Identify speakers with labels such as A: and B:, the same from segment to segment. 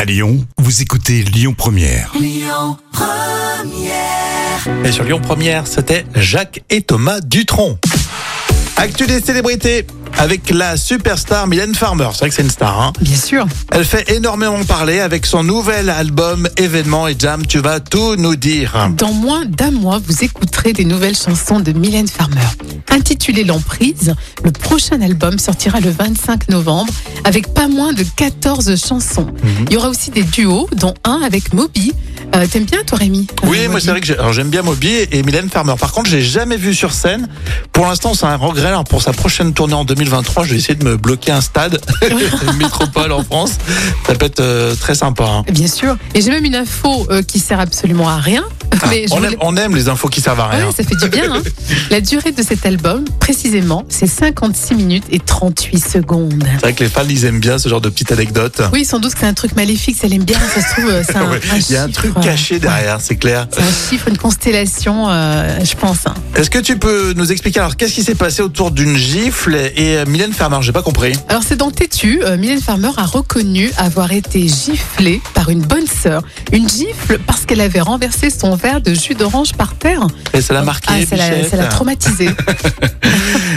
A: À Lyon, vous écoutez Lyon Première.
B: Et sur Lyon Première, c'était Jacques et Thomas Dutronc. Actu des célébrités avec la superstar Mylène Farmer. C'est vrai que c'est une star. Hein
C: Bien sûr.
B: Elle fait énormément parler avec son nouvel album Événement et Jam. Tu vas tout nous dire.
C: Dans moins d'un mois, vous écouterez des nouvelles chansons de Mylène Farmer. Intitulé L'Emprise, le prochain album sortira le 25 novembre avec pas moins de 14 chansons.
B: Mhm.
C: Il y aura aussi des duos, dont un avec Moby. Euh, T'aimes bien, toi, Rémi
B: Oui,
C: Euh,
B: moi
C: Moby
B: c'est vrai que j'ai- alors, j'aime bien Moby et et Mylène Farmer. Par contre, j'ai jamais vu sur scène. Pour l'instant, c'est un regret. Alors, pour sa prochaine tournée en 2023, je vais essayer de me bloquer un stade, une métropole en France. Ça peut être euh, très sympa. hein.
C: Bien sûr. Et j'ai même une info euh, qui sert absolument à rien. Mais je
B: Ah, On,
C: voulais-
B: aime, on aime les infos qui servent à rien.
C: Ouais, ça fait du bien. hein. La durée de cet album, précisément, c'est 56 minutes et 38 secondes.
B: C'est vrai que les fans, ils aiment bien ce genre de petites anecdotes.
C: Oui, sans doute que c'est un truc maléfique, ça l'aime bien, ça se trouve, euh, c'est un,
B: Ouais,
C: un
B: Il y a un
C: chiffre,
B: truc caché derrière, c'est clair.
C: C'est un chiffre, une constellation, euh, je pense. hein.
B: Est-ce que tu peux nous expliquer alors qu'est-ce qui s'est passé autour d'une gifle et euh, Mylène Farmer J'ai pas compris.
C: Alors c'est dans Têtu, euh, Mylène Farmer a reconnu avoir été giflée par une bonne sœur. Une gifle parce qu'elle avait renversé son verre de jus d'orange par terre.
B: Et ça l'a marqué.
C: ah, ça l'a-
B: Bichette.
C: ça l'a traumatisée.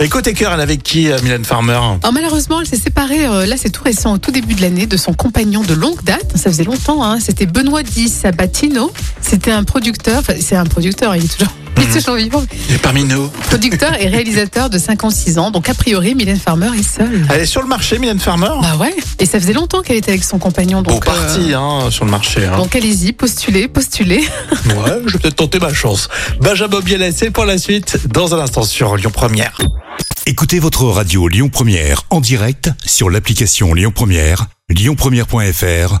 B: Et côté cœur, elle est avec qui, euh, Mylène Farmer
C: Alors malheureusement, elle s'est séparée, euh, là c'est tout récent, au tout début de l'année, de son compagnon de longue date. Ça faisait longtemps, hein. c'était Benoît Di Sabatino. C'était un producteur, enfin c'est un producteur, il est toujours, il
B: Mhm.
C: est toujours vivant.
B: Elle est parmi nous.
C: Producteur et réalisateur de 56 ans, donc a priori, Mylène Farmer est seule.
B: Elle est sur le marché, Mylène Farmer
C: Bah ouais, et ça faisait longtemps qu'elle était avec son compagnon.
B: Bon
C: Donc, euh,
B: parti hein, sur le marché. hein.
C: donc allez-y, postulez, postulez.
B: Ouais, je vais peut-être tenter ma chance. Benjamin Biel, c'est pour la suite dans un instant sur Lyon Première.
A: Écoutez votre radio Lyon Première en direct sur l'application Lyon Première, lyonpremière.fr